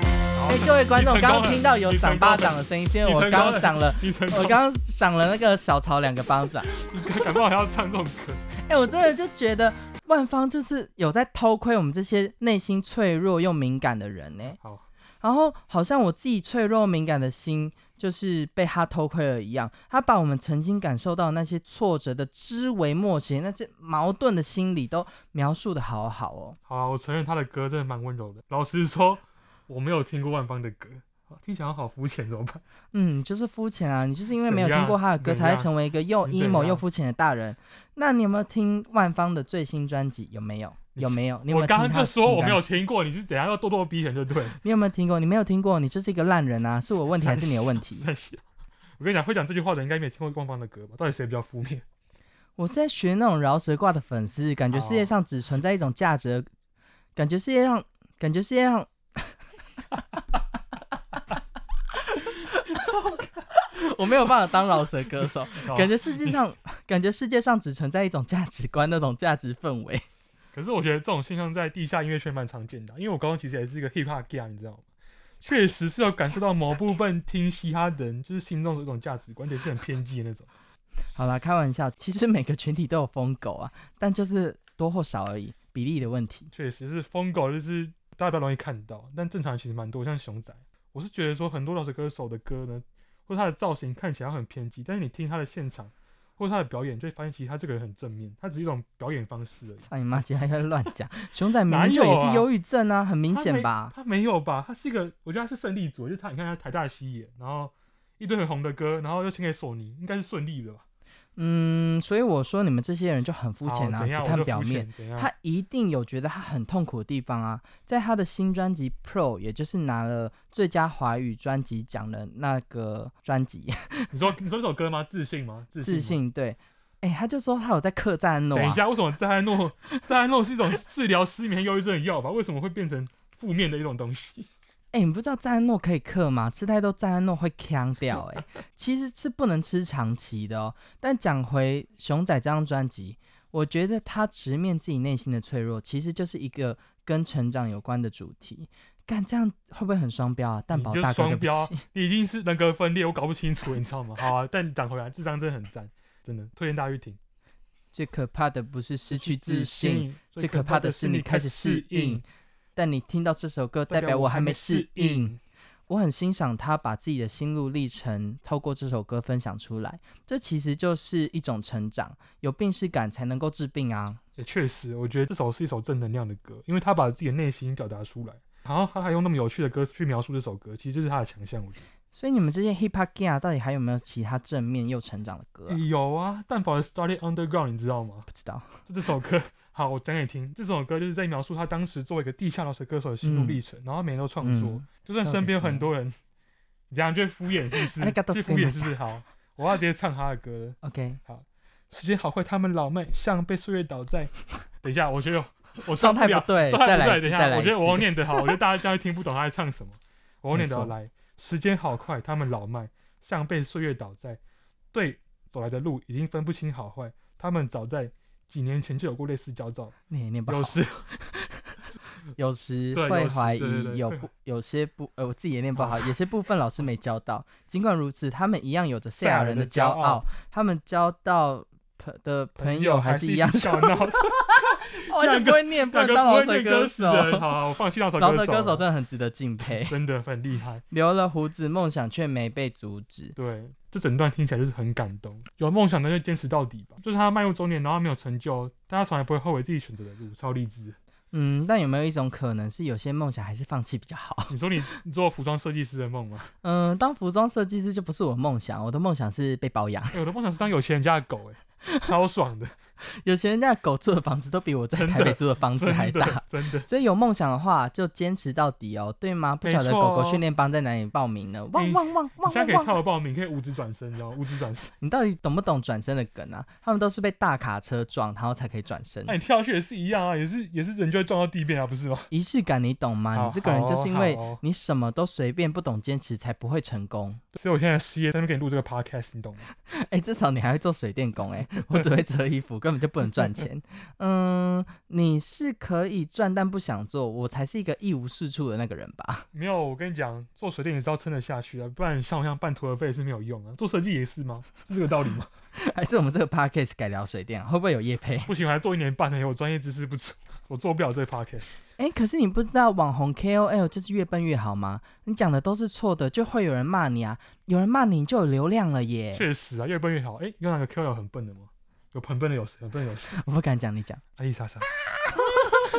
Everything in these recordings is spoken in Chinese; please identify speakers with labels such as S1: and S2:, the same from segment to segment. S1: 哎各位观众，
S2: 你成功
S1: 刚
S2: 了
S1: 刚听到有赏巴掌的声音，是因为我
S2: 你成功
S1: 刚
S2: 了
S1: 赏了，
S2: 你成
S1: 我
S2: 功，
S1: 刚赏了那个小曹两个巴掌。
S2: 你感冒还要唱这种歌，
S1: 哎、我真的就觉得万方就是有在偷窥我们这些内心脆弱又敏感的人呢、
S2: 好，
S1: 然后好像我自己脆弱敏感的心就是被他偷窥了一样，他把我们曾经感受到那些挫折的枝微末节，那些矛盾的心理都描述的好好哦。
S2: 好啊，我承认他的歌真的蛮温柔的。老实说，我没有听过万芳的歌，听起来好肤浅，怎么办？
S1: 嗯，你就是肤浅啊！你就是因为没有
S2: 怎样
S1: 听过他的歌，
S2: 怎
S1: 才
S2: 样
S1: 会成为一个又
S2: 你怎
S1: emo 又
S2: 样
S1: 肤浅的大人。那你有没有听万芳的最新专辑？有没有？
S2: 你
S1: 有没有？你有没
S2: 我
S1: 有
S2: 刚
S1: 听
S2: 刚
S1: 他的
S2: 就
S1: 新
S2: 说我没有
S1: 专辑，
S2: 听过，你是怎样要咄咄逼人就对了。
S1: 你有没有听过？你没有听过，你就是一个烂人啊！是我 问题还是你的问题？
S2: 在想，我跟你讲，会讲这句话的人应该没听过万芳的歌吧？到底谁比较负面？
S1: 我是在学那种饶舌挂的粉丝，感觉世界
S2: 哦
S1: 上只存在一种价值，感觉世界上，感觉世界上， 我没有办法当饶舌歌 手，
S2: 好
S1: 感觉世界上，感觉世界上只存在一种价值观，那种价值氛围。
S2: 可是我觉得这种现象在地下音乐圈蛮常见的啊，因为我高中其实也是一个 hip hop g a 你知道吗？确实是有感受到某部分听嘻哈的人，就是心中有一种价值观，而且是很偏激的那种。
S1: 好啦，开玩笑，其实每个群体都有疯狗啊，但就是多或少而已，比例的问题。
S2: 确实是疯狗，就是大家比较容易看到，但正常人其实蛮多，像熊仔，我是觉得说很多饶舌歌手的歌呢，或者他的造型看起来很偏激，但是你听他的现场或者他的表演，就会发现其实他这个人很正面，他只是一种表演方式而已。
S1: 操你妈！竟然还在乱讲，熊仔明
S2: 哪
S1: 明就也
S2: 有
S1: 是
S2: 啊
S1: 忧郁症啊，很明
S2: 他
S1: 显
S2: 没
S1: 吧？
S2: 他没有吧？他是一个，我觉得他是胜利组，就是他，你看他台大西野，然后一堆很红的歌，然后又签给索尼，应该是顺利的吧？
S1: 嗯，所以我说你们这些人就很肤浅
S2: 好哦
S1: 啊，
S2: 怎
S1: 只
S2: 样
S1: 看
S2: 我就
S1: 表
S2: 肤浅嗯
S1: 面。
S2: 怎样？
S1: 他一定有觉得他很痛苦的地方啊，在他的新专辑《Pro》，也就是拿了最佳华语专辑奖的那个专辑
S2: 你说你说这首歌吗？自信吗？
S1: 《
S2: 自信吗。
S1: 自信》，对，哎、他就说他有在克赞诺、啊。
S2: 等一，下，为什么灾害诺 灾害诺是一种治疗失眠、忧郁症的药吧？为什么会变成负面的一种东西？
S1: 哎、你不知道赞安诺可以克吗？吃太多赞安诺会呛掉、欸，哎，其实是不能吃长期的哦。但讲回熊仔这张专辑，我觉得他直面自己内心的脆弱，其实就是一个跟成长有关的主题。干这样会不会很双标啊？蛋
S2: 你
S1: 堡
S2: 就
S1: 大哥，对
S2: 双
S1: 不
S2: 标
S1: 起。
S2: 你已经是人格分裂，我搞不清楚，你知道吗？好啊，但讲回来，这张真的很赞，真的推荐大家去听。
S1: 最可怕的不是失去自信，，最可怕的是你开始适应，。但你听到这首歌，代表我还没适应。。我很欣赏他把自己的心路历程透过这首歌分享出来，这其实就是一种成长，有病视感才能够治病啊。
S2: 也确实，我觉得这首是一首正能量的歌，因为他把自己的内心表达出来，然后他还用那么有趣的歌去描述这首歌，其实就是他的强项。我觉
S1: 所以你们这些 hip hop g a r 到底还有没有其他正面又成长的歌啊、
S2: 得有啊，蛋堡的《Started Underground》，你知道吗？
S1: 不知道，
S2: 就这首歌， 好，我讲给你听。这首歌就是在描述他当时作为一个地下饶舌歌手的心路历程，然后每天都创作。
S1: 嗯
S2: 就算身边有很多人，你这样就会敷衍，是不是？
S1: arigato
S2: 就敷衍，是不是？好，我要直接唱他的歌了。
S1: ，OK，
S2: 时间好快，他们老迈，像被岁月倒在。 等一下，我觉得我唱
S1: 状
S2: 不
S1: 态不
S2: 了，
S1: 对，
S2: 状态
S1: 哎再
S2: 不
S1: 来一
S2: 对。等
S1: 次，
S2: 一
S1: 再
S2: 下，
S1: 来
S2: 我
S1: 一
S2: 觉
S1: 次
S2: 得 我要念得好，我觉得大家这样听不懂他在唱什么。我要念得好
S1: 没错
S2: 来，时间好快，他们老迈，像被岁月倒在。对，走来的路已经分不清好坏，他们早在几年前就有过类似焦躁。
S1: 你也念不好
S2: 有，时
S1: 有时
S2: 对
S1: 会
S2: 有时
S1: 怀
S2: 对对
S1: 疑，
S2: 对
S1: 有
S2: 会
S1: 不有些不，呃，我自己也念不好，有些部分老师没教到。尽管如此，他们一样有着赛
S2: 赛
S1: 亚
S2: 亚
S1: 人
S2: 人
S1: 的
S2: 的
S1: 骄
S2: 骄
S1: 傲
S2: 傲，
S1: 他们交到朋的朋友还是一样
S2: 起笑闹，
S1: 完全不会念，不
S2: 大
S1: 能
S2: 哥
S1: 当
S2: 不
S1: 饶
S2: 会
S1: 舌
S2: 念
S1: 歌
S2: 歌词
S1: 手。
S2: 的 人，好好，我放弃饶舌
S1: 饶舌歌
S2: 手啊
S1: 手
S2: 了，。
S1: 真的很值得敬佩
S2: 真的很厉害。
S1: 留了胡子，梦想却没被阻止。
S2: 对，这整段听起来就是很感动。有梦想的就坚持到底吧，就是他迈入中年，然后没有成就，但他从来不会后悔自己选择的路，超励志。
S1: 嗯，但有没有一种可能是，有些梦想还是放弃比较好？
S2: 你说你你做服装设计师的梦吗？
S1: 嗯，当服装设计师就不是我的梦想，我的梦想是被包养。
S2: 哎，我的梦想是当有钱人家的狗，哎，超爽的，
S1: 有钱人家的狗住的房子都比我在
S2: 真的
S1: 台北住的房 子还
S2: 真
S1: 大
S2: 的。真的。
S1: 所以有梦想的话，就坚持到底哦，对吗？不晓得
S2: 没错
S1: 狗
S2: 哦
S1: 狗训练班在哪里报名呢？汪
S2: 你
S1: 汪汪
S2: 你
S1: 汪
S2: 现在可
S1: 汪
S2: 以
S1: 汪！
S2: 跳楼报名，可以五指转身，你知道吗？五指转身，
S1: 你到底懂不懂转身的梗啊？他们都是被大卡车撞，然后才可以转身
S2: 那、。你跳下去也是一样啊，也是也是人就会撞到地面啊，不是吗？
S1: 仪式感你懂吗？啊你
S2: 好
S1: 这个人就是因为
S2: 好哦
S1: 你什么都随便，不懂坚持，才不会成功。
S2: 所以我现在失业，在那边给你录这个 podcast，你懂吗？
S1: 哎、至少你还会做水电工哎、我只会折衣服，根本就不能赚钱。 嗯，你是可以赚，但不想做，我才是一个一无是处的那个人吧？
S2: 没有，我跟你讲，做水电也是要撑得下去啊，不然像我像办徒儿费是没有用啊。做设计也是吗？是这个道理吗？
S1: 还是我们这个 podcast 改聊水电啊，会不会有业配？
S2: 不行，我还做一年半呢，哎我专业知识不足， 我做不了这个 podcast。
S1: 哎、可是你不知道网红 KOL 就是越笨越好吗？你讲的都是错的，就会有人骂你啊，有人骂你就有流量了耶。
S2: 确实啊，越笨越好。哎、有哪个 QL 很笨的吗？有很笨的有谁？很笨的有谁？
S1: 我不敢讲，你讲，
S2: 阿丽莎莎，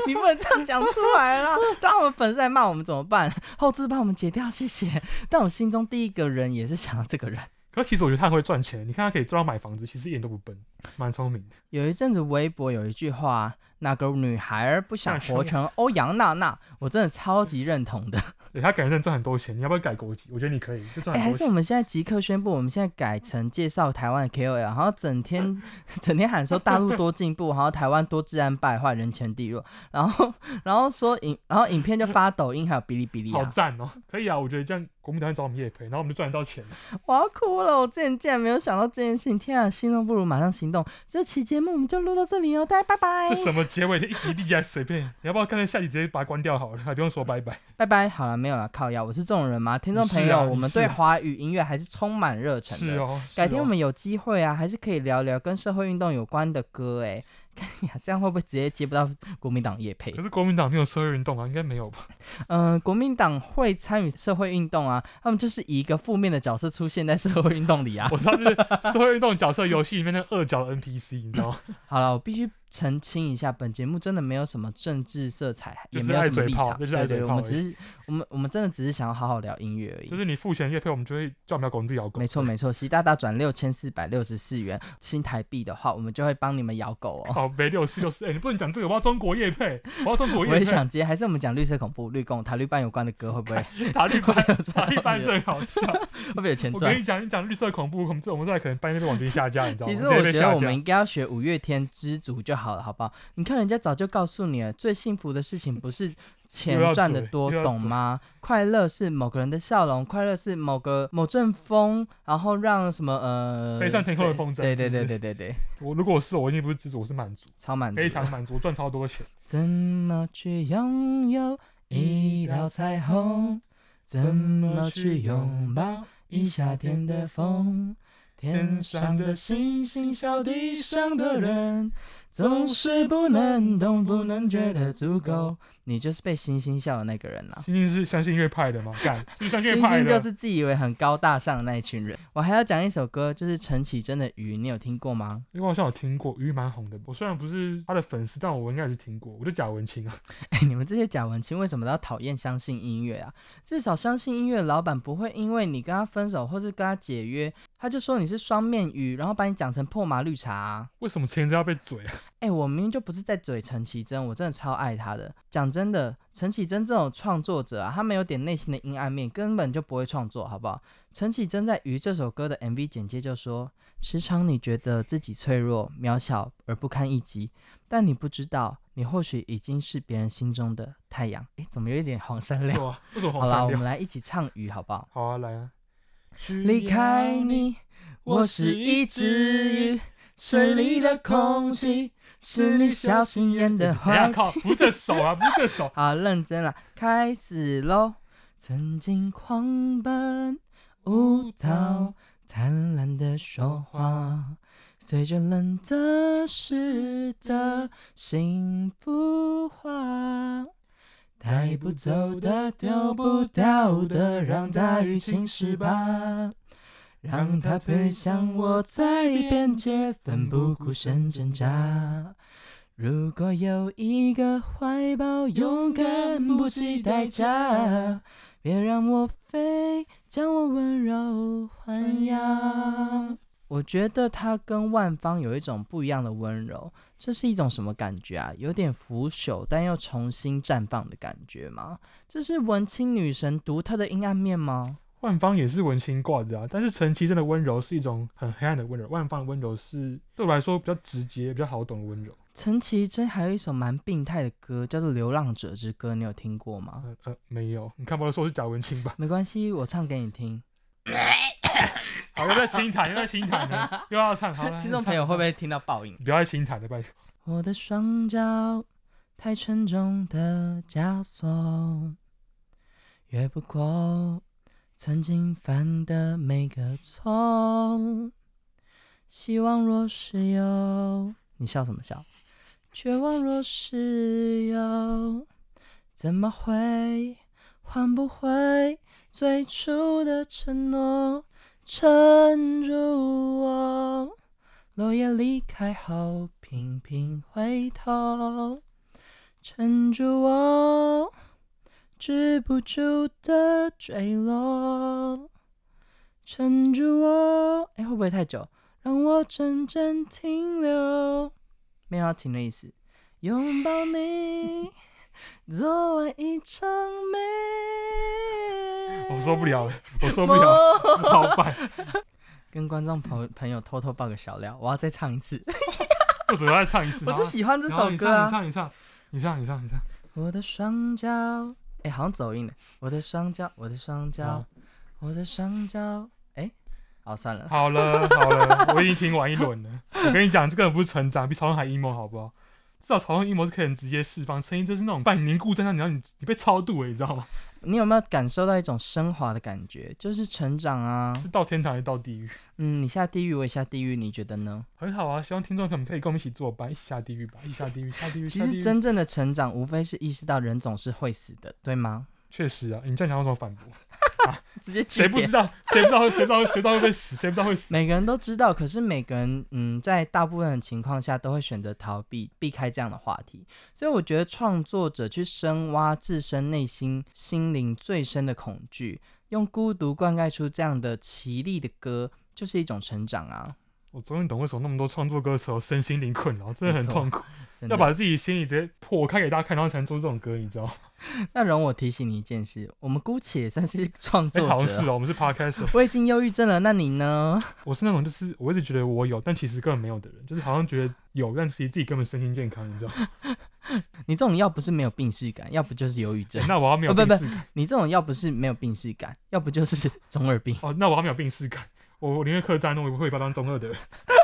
S1: 你不能这样讲出来 啦，这样我们粉丝来骂我们怎么办？后置帮我们解掉，谢谢。但我心中第一个人也是想到这个人。
S2: 可其实我觉得他很会赚钱，你看他可以做到买房子，其实一点都不笨，蛮聪明的。
S1: 有一阵子微博有一句话，那个女孩儿不想
S2: 想成
S1: 活
S2: 我
S1: 成欧阳娜娜，我真的超级认同的。
S2: 对他感觉赚很多钱，你要不要改国籍？我觉得你可以，就赚
S1: 哎、
S2: 很
S1: 还
S2: 多
S1: 是
S2: 钱。
S1: 我们现在即刻宣布，我们现在改成介绍台湾的 KOL，然后整 天整天喊说大陆多进步，然后台湾多治安败坏、人权低落，然后然后说影，然后影片就发抖音还有哔哩哔哩
S2: 好
S1: 啊，
S2: 赞哦、可以啊，我觉得这样国民党会找我们叶培，然后我们就赚得到 钱了。
S1: 我要哭了，我之前竟然没有想到这件事情，天啊，心动不如马上行动，这期节目我们就录到这里哦，大家拜拜
S2: 这，什么结尾？一集立起来随便，你要不要干脆下集直接把它关掉好了，还不用说拜 拜。
S1: 拜拜，好了没有了，靠腰，我是这种人吗？听众
S2: 你是
S1: 朋友，
S2: 啊
S1: 我
S2: 你
S1: 们
S2: 是
S1: 对
S2: 啊
S1: 华语音乐还是充满热忱的
S2: 是，哦，是
S1: 改天
S2: 哦
S1: 我们有机会啊，还是可以聊聊跟社会运动有关的歌哎。 看呀，这样会不会直接接不到国民党叶配
S2: 可？是国民党没有社会运动啊，应该没有 吧？
S1: 嗯、国民党会参与社会运动啊，他们就是以一个负面的角色出现在社会运动里啊。
S2: 我知道就是社会运动角色游戏里面那个二角的 NPC，你知道 吗？
S1: 好了，我必须澄清一下，本节目真的没有什么政治色彩，
S2: 就
S1: 也
S2: 是
S1: 没有
S2: 爱
S1: 什么
S2: 嘴
S1: 立
S2: 炮
S1: 场。
S2: 就是
S1: 对
S2: 爱
S1: 对，
S2: 嘴
S1: 我们
S2: 炮
S1: 只是我们我们真的只是想要好好聊音乐而已。
S2: 就是你付钱叶配，我们就会叫我们要滚地摇滚。
S1: 没错没错，习大大转六千四百六十四元新台币的话，我们就会帮你们咬狗哦。
S2: 好，没六四六四，哎，你不能讲这个，我要中国叶配， 我要中国
S1: 我
S2: 叶
S1: 也
S2: 配，
S1: 想接，还是我们讲绿色恐怖、绿共、塔利班有关的 歌，会不会
S2: 塔利 班，塔利班
S1: 有
S2: 真好笑。
S1: 会不会有钱
S2: 我
S1: 赚
S2: 跟？你讲，你讲绿色恐怖，我们这我们这还可能半夜被网军下架，你知道吗？
S1: 其实
S2: 直接
S1: 我
S2: 被
S1: 觉
S2: 下
S1: 得我
S2: 架
S1: 们应该要学五月天知足就好了，好不好？你看人家早就告诉你了，最幸福的事情不是
S2: 又
S1: 钱
S2: 要
S1: 赚的
S2: 嘴
S1: 多
S2: 又，要
S1: 懂
S2: 嘴
S1: 吗？快乐是某个人的笑容，快乐是某个某阵风，然后让什么呃
S2: 飞上天空的风筝
S1: 对
S2: 是
S1: 对
S2: 不
S1: 对
S2: 是
S1: 对对对，
S2: 我如果我是我，我一定不是知足，我是满足，
S1: 超满足
S2: 非常
S1: 的。
S2: 满足，我赚超多钱。
S1: 怎么去拥有一道彩虹？怎么去拥抱？一夏天的风，天上的星星，小地上的人，总是不能懂，不能觉得足够。你就是被星星笑的那个人啊！
S2: 星星是相信乐派 的吗？干，是不是相信
S1: 星
S2: 乐派
S1: 星
S2: 的。
S1: 就是自以为很高大上的那一群人。我还要讲一首歌，就是陈绮贞的《鱼》，你有听过吗？
S2: 因为我好像有听过，鱼蛮红的。我虽然不是他的粉丝，但我应该也是听过。我就贾文清啊，
S1: 哎，你们这些假文青为什么都要讨厌相信音乐啊？至少相信音乐的老板不会因为你跟他分手或是跟他解约，他就说你是双面鱼，然后把你讲成破麻绿茶啊、
S2: 为什么前阵要被嘴 啊？
S1: 哎、我明明就不是在嘴陈绮贞，我真的超爱她的。讲真的，陈绮贞这种创作者啊，他没有点内心的阴暗面，根本就不会创作，好不好？陈绮贞在《鱼》这首歌的 MV 简介就说：“时常你觉得自己脆弱、渺小而不堪一击，但你不知道，你或许已经是别人心中的太阳。”哎，怎么有一点黄山
S2: 对
S1: 料？
S2: 啊，为什么
S1: 好
S2: 红
S1: 啦，
S2: 三
S1: 我
S2: 料
S1: 们？来一起唱《鱼》，好不好？
S2: 好啊，来啊！
S1: 离开，你，我是一只
S2: 哎
S1: 鱼，水里的空气是你小心眼的
S2: 哎呀
S1: 花。。
S2: 靠，不是这首啊，不是这首
S1: 好，认真了，开始喽！曾经狂奔舞蹈，灿烂的说话，随着冷的湿的幸福化。带不走的、丢不掉的，让大雨侵蚀吧，让它飞向我在边界，奋不顾身挣扎。如果有一个怀抱，勇敢不计代价，别让我飞，将我温柔豢养。我觉得他跟万芳有一种不一样的温柔，这是一种什么感觉啊？有点腐朽但又重新绽放的感觉吗？这是文青女神独特的阴暗面吗？
S2: 万芳也是文青挂的啊，但是陈绮贞的温柔是一种很黑暗的温柔，万芳的温柔是对我来说比较直接、比较好懂的温柔。
S1: 陈绮贞还有一首蛮病态的歌，叫做《流浪者之歌》，你有听过吗？
S2: 呃 呃，没有，你看不到说我是贾文清吧？
S1: 没关系，我唱给你听。
S2: 好，又在轻弹，又在轻弹了，又要唱。 好了，
S1: 听众朋友会不会听到爆音？
S2: 不要再轻弹了，拜托。
S1: 我的双脚太沉重的枷锁，越不过曾经犯的每个错。希望若是有，你笑什么笑？绝望若是有，怎么会换不回最初的承诺？撑住我，落叶离开后频频回头，撑住我，止不住的坠落，撑住我。哎，会不会太久？让我真正停留。没有要停的意思。拥抱 你，做完一场美。
S2: 我受不 了了，我受不了，老板，
S1: 跟观众朋
S2: 嗯
S1: 朋友偷偷爆个小料，我要再唱一次。
S2: 为什么要再唱一次？
S1: 我就喜欢这
S2: 这
S1: 首歌啊！
S2: 你唱，你唱，你唱，你唱，你唱。
S1: 我的双脚，哎、好像走音了。我的双脚，我的双脚
S2: 好，
S1: 我的双脚，哎、好算 了。
S2: 好了好了，我已经听完一轮了。我跟你讲，这根本不是成长，比曹动还 emo 好不好？至少曹动 emo 是可以很直接释放，声音就是那种把你凝固在那，然后你你被超度了，你知道吗？
S1: 你有没有感受到一种升华的感觉？就是成长啊。
S2: 是到天堂还是到地狱？
S1: 嗯，你下地狱，我也下地狱，你觉得呢？
S2: 很好啊，希望听众朋友们可以跟我们一起作伴，一起下地狱吧，一起下地狱，下地狱，
S1: 其
S2: 下地
S1: 实
S2: 狱。
S1: 真正的成长，无非是意识到人总是会死的，对吗？
S2: 确实啊，你这样讲我怎么反 驳？
S1: 直 接
S2: 谁不知道？谁不知道？谁不知道？谁不知道会被 死？谁不知道会死？
S1: 每个人都知道，可是每个人，嗯，在大部分的情况下都会选择逃避、避开这样的话题。所以我觉得创作者去深挖自身内心心灵最深的恐惧，用孤独灌溉出这样的奇丽的歌，就是一种成长啊！
S2: 我终于懂为什么那么多创作歌手身心灵困扰，真的很
S1: 没错
S2: 痛苦，
S1: 真 的
S2: 要把自己心里直接破开给大家看，然后才能做这种歌，你知道吗？
S1: 那容我提醒你一件事，我们姑且也算是创
S2: 哎、
S1: 作
S2: 好像
S1: 者。
S2: 是哦，我们是 podcast，
S1: 我已经忧郁症了，那你呢？
S2: 我是那种就是我一直觉得我有，但其实根本没有的人，就是好像觉得有，但其实自己根本身心健康，你知道？吗？
S1: 你这种要不是没有病逝感，要不就是忧郁症。
S2: 那我要没有
S1: 哦不
S2: 病
S1: 不
S2: 逝感，
S1: 你这种要不是没有病逝感，要不就是中二病。
S2: 哦，那我要没有病逝感，我我宁愿客栈弄，我也不会把它当中二的人。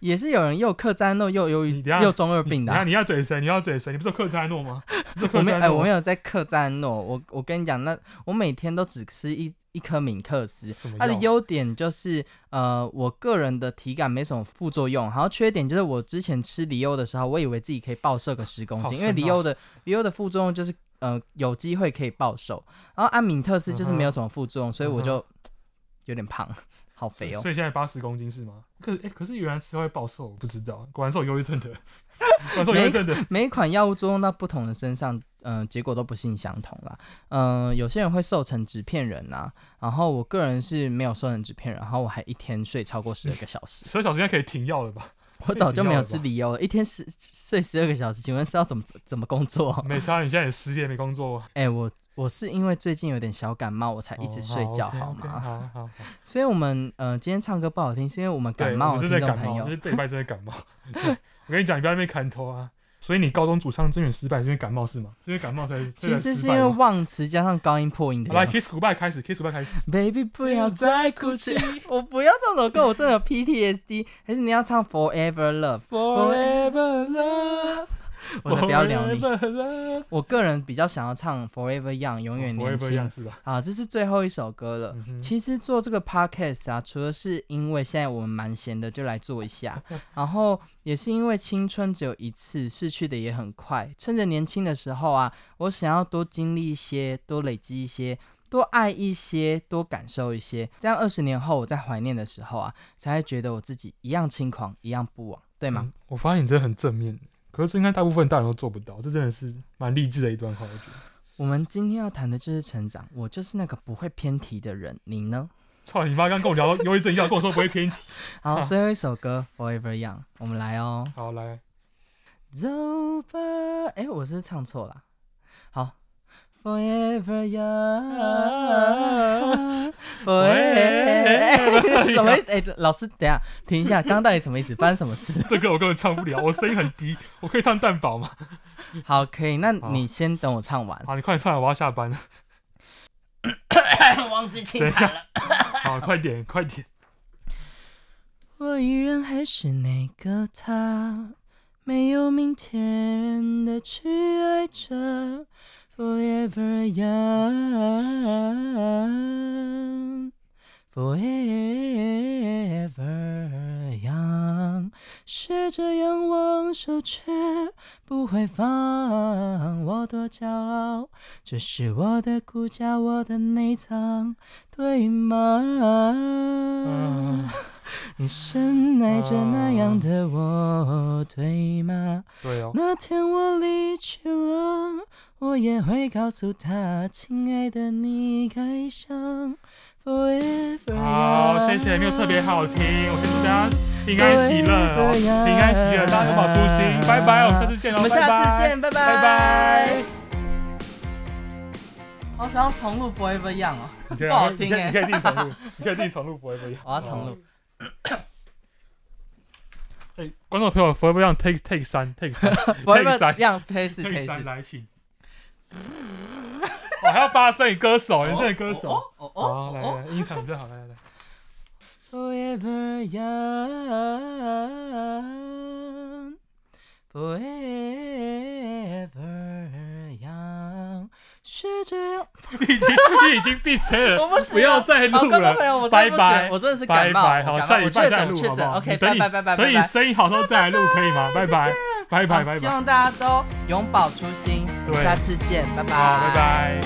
S1: 也是有人又克詹诺又忧郁
S2: 你等下
S1: 又中二病的、
S2: 你看
S1: 啊。
S2: 你要嘴谁？你要嘴谁？你不是有客栈诺 吗？你不是
S1: 我
S2: 有客
S1: 没
S2: 栈
S1: 哎、
S2: 诺
S1: 我没
S2: 吗
S1: 有在克詹诺，我我跟你讲，那我每天都只吃一一颗敏克斯。
S2: 什么
S1: 它的
S2: 药
S1: 优点就是，呃，我个人的体感没什么副作用，然后缺点就是我之前吃梨欧的时候，我以为自己可以暴瘦个十公
S2: 好
S1: 斤，因
S2: 深啊
S1: 为
S2: 奥
S1: 梨欧的梨欧的副作用就是，呃，有机会可以暴瘦，然后安敏特斯就是没有什么副作用，所
S2: 嗯
S1: 以我就有点胖，好肥哦。
S2: 所以现在八十公斤是吗？可哎、可是原来吃会暴瘦，我不知道，果然是有忧郁症的， 果然是有忧郁症的。
S1: 每一款药物作用到不同人身上，嗯、结果都不尽相同啦。嗯、有些人会瘦成纸片人呐、啊然后我个人是没有瘦成纸片人，然后我还一天睡超过十二个小 时，
S2: 十二小时应该可以停药了吧？
S1: 我早就没有吃理由了，一天十睡十二个小时，请问是要怎么怎么 工作？
S2: 没差，你现在也失业没工作，
S1: 哎、我我是因为最近有点小感冒，我才 一直睡觉，
S2: 哦好
S1: 好
S2: OK，OK，
S1: 吗？
S2: 好好好，
S1: 所以我们呃今天唱歌不好听，是因为我们感
S2: 对，
S1: 冒
S2: 我
S1: 了，
S2: 真的
S1: 听众
S2: 感
S1: 朋
S2: 冒，就
S1: 友
S2: 是。这一拜真的感 冒。对我跟你讲，你不要在那边砍头啊！所以你高中主唱甄选失败是因为感冒是吗？是因为感冒才
S1: 其实是因为
S2: 为
S1: 忘词加上高音破音的
S2: 好来
S1: 样子。
S2: kiss goodbye 开始，kiss goodbye 开始。
S1: Baby，不要再哭泣。 我不要唱这首歌，我真的有 PTSD。还是你要唱 Forever Love？
S2: Forever love，
S1: 我才不要聊你。
S2: Forever love，
S1: 我个人比较想要唱哦 Forever Young，永远年
S2: Forever 一
S1: 轻
S2: 样。是吧？
S1: 好，这是最后一首歌了。
S2: 嗯哼
S1: 其实做这个 podcast 啊，除了是因为现在我们蛮闲的，就来做一下，然后也是因为青春只有一次，逝去的也很快。趁着年轻的时候啊，我想要多经历一些，多累积一些，多爱一些，多感受一些，这样二十年后我在怀念的时候啊，才会觉得我自己一样轻狂，一样不枉，对吗？
S2: 嗯我发现你真的很正面，欸可是这应该大部分大人都做不到，这真的是蛮励志的一段话，我觉得。
S1: 我们今天要谈的就是成长，我就是那个不会偏题的人，你呢？
S2: 操你妈！刚跟我聊到忧郁症一样，跟我说不会偏题。
S1: 好，最后一首歌《Forever Young》，我们来哦。
S2: 好，来，
S1: 走吧，哎、我是不是唱错了啊。好，Forever 啊 Young，Forever 什么意思？ 哎、老师，等一下停一下，刚刚到底什么意思？发生什么事？
S2: 这个我根本唱不了，我声音很低，我可以唱蛋堡吗？
S1: 好，可以，那你先等我唱完。
S2: 好，你快点唱，我要下班了。
S1: 哎忘记清
S2: 怎
S1: 弹了。
S2: 好，快点，快点。
S1: 我依然还是那个他，没有明天的去爱着，forever young，forever young，学着仰望，手却不会放。我多骄傲，这是我的骨架，我的内脏，对吗？
S2: 嗯，
S1: 你深爱着那样的我，对吗？
S2: 对哦，
S1: 那天我离去了，我也会告诉他，亲爱的，你该想 forever。
S2: 好，谢谢，没有特别好听。我先祝大家平安喜乐，平安喜乐，大家都保初心，拜拜，我们下次见喽，哦
S1: 我们下次见，拜拜，
S2: 拜拜。
S1: 好想要重录 Forever Young 哦，
S2: 你可以
S1: 不好听
S2: 你可以你可以自己重录，你可以自己重录 Forever Young。
S1: 我要重录。
S2: 哎、观众朋友，Forever Young Take Take 三 Take 三
S1: Forever
S2: 三
S1: Young Play 四
S2: Take
S1: Play
S2: 三
S1: 四，
S2: 来请。我、还要发声，你歌手，你这歌手。
S1: 哦哦
S2: 好，
S1: 哦
S2: 来
S1: 哦。
S2: 来，音场比较好，来来来。
S1: Forever young, forever young，学着要……
S2: 你已经你已经闭嘴了，
S1: 我不行
S2: 呃不
S1: 啊
S2: 要再
S1: 好，
S2: 录
S1: 观众
S2: 了
S1: 朋，友，我真
S2: 拜
S1: 的不
S2: 拜
S1: 行，我真的是
S2: 拜
S1: 感冒，
S2: 拜。
S1: 我
S2: 好，
S1: 感
S2: 下
S1: 冒，
S2: 礼
S1: 我
S2: 拜
S1: 确
S2: 再
S1: 诊，
S2: 录
S1: 确
S2: 好不
S1: 诊
S2: 好？
S1: ，OK，
S2: 你等
S1: 拜
S2: 你
S1: 拜拜拜
S2: 等
S1: 拜
S2: 你
S1: 拜。
S2: 声音好之后再来录，可以吗？拜拜，拜拜，
S1: 好
S2: 拜
S1: 希
S2: 拜，
S1: 望大家都永葆初心，
S2: 对
S1: 下次见，拜拜，
S2: 好，拜拜。